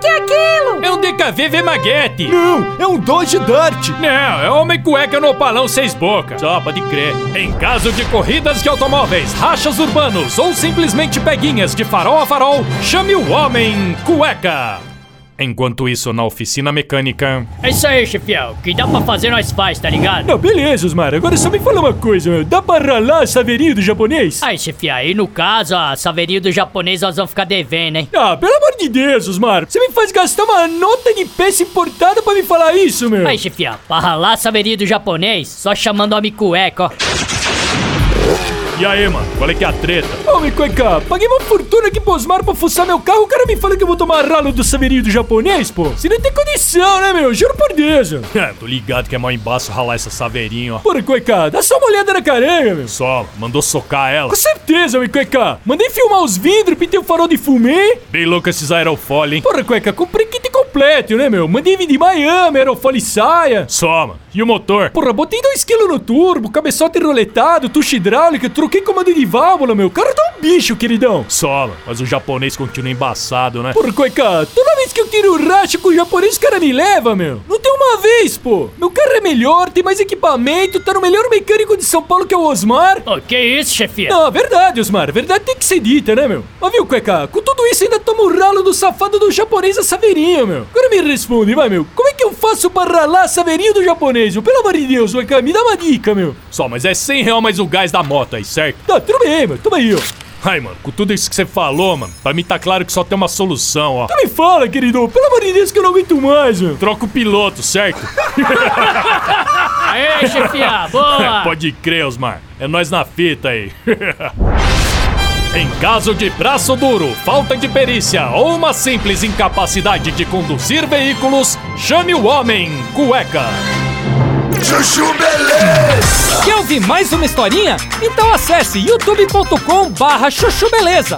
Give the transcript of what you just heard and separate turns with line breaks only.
que é aquilo?
É um DKV maguete.
Não, é um Dodge Dart.
Não, é homem cueca no opalão seis boca. Só pode crer. Em caso de corridas de automóveis, rachas urbanos ou simplesmente peguinhas de farol a farol, chame o homem cueca. Enquanto isso, na oficina mecânica.
É isso aí, chefião. O que dá pra fazer, nós faz, tá ligado?
Não, beleza, Osmar. Agora só me fala uma coisa. meu. Dá pra ralar a saveirinha do japonês?
Aí, chefião, aí no caso, a saveirinha do japonês nós vamos ficar devendo, hein?
Ah, pelo amor de Deus, Osmar. Você me faz gastar uma nota de peça importada pra me falar isso, meu.
Aí, chefião, pra ralar a saveirinha do japonês, só chamando homem cueca, ó.
E aí, mano? Qual é que é a treta?
Ô, meu cueca, paguei uma fortuna aqui pro Osmar pra fuçar meu carro. O cara me fala que eu vou tomar ralo do saveirinho do japonês, pô. Você não tem condição, né, meu? Juro por Deus. meu.
É, tô ligado que é mal embaço ralar essa saveirinha, ó.
Porra, cueca, dá só uma olhada na careca, meu.
Só, mandou socar ela.
Com certeza, meu cueca. Mandei filmar os vidros, pintei o farol de fumê.
Bem louco esses aerofólio, hein?
Porra, cueca, comprei kit completo, né, meu? Mandei vir de Miami, aerofólio e saia.
Só, mano. E o motor?
Porra, botei 2kg no turbo, cabeçote roletado, tucho hidráulico, troquei comando de válvula, meu. O cara tá um bicho, queridão.
Só, mano. Mas o japonês continua embaçado, né?
Porra, cueca, toda vez que eu tiro o racha com o japonês, o cara me leva, meu. Não tem uma vez, pô. Meu carro é melhor, tem mais equipamento, tá no melhor mecânico de São Paulo que é o Osmar.
Ô, que isso, chefião?
Não, é verdade, Osmar. Verdade tem que ser dita, né, meu? Mas viu, cueca, com tudo isso ainda toma o ralo do safado do japonês a saveirinha, meu. Agora me responde, vai, meu. Como é que eu faço pra ralar a saveirinha do japonês, meu? Pelo amor de Deus, cueca, me dá uma dica, meu.
Só, mas é 100 real mais o gás da moto aí, certo?
Tá, tudo bem, meu. Toma aí, ó.
Ai, mano, com tudo isso que você falou, mano, pra mim tá claro que só tem uma solução, ó.
Não me fala, querido. Pelo amor de Deus que eu não aguento mais, meu.
Troca o piloto, certo?
Aê, chefião, boa!
Pode crer, Osmar. É nós na fita aí. Em caso de braço duro, falta de perícia ou uma simples incapacidade de conduzir veículos, chame o homem cueca.
Chuchu Beleza!
Quer ouvir mais uma historinha? Então acesse youtube.com barra chuchu beleza.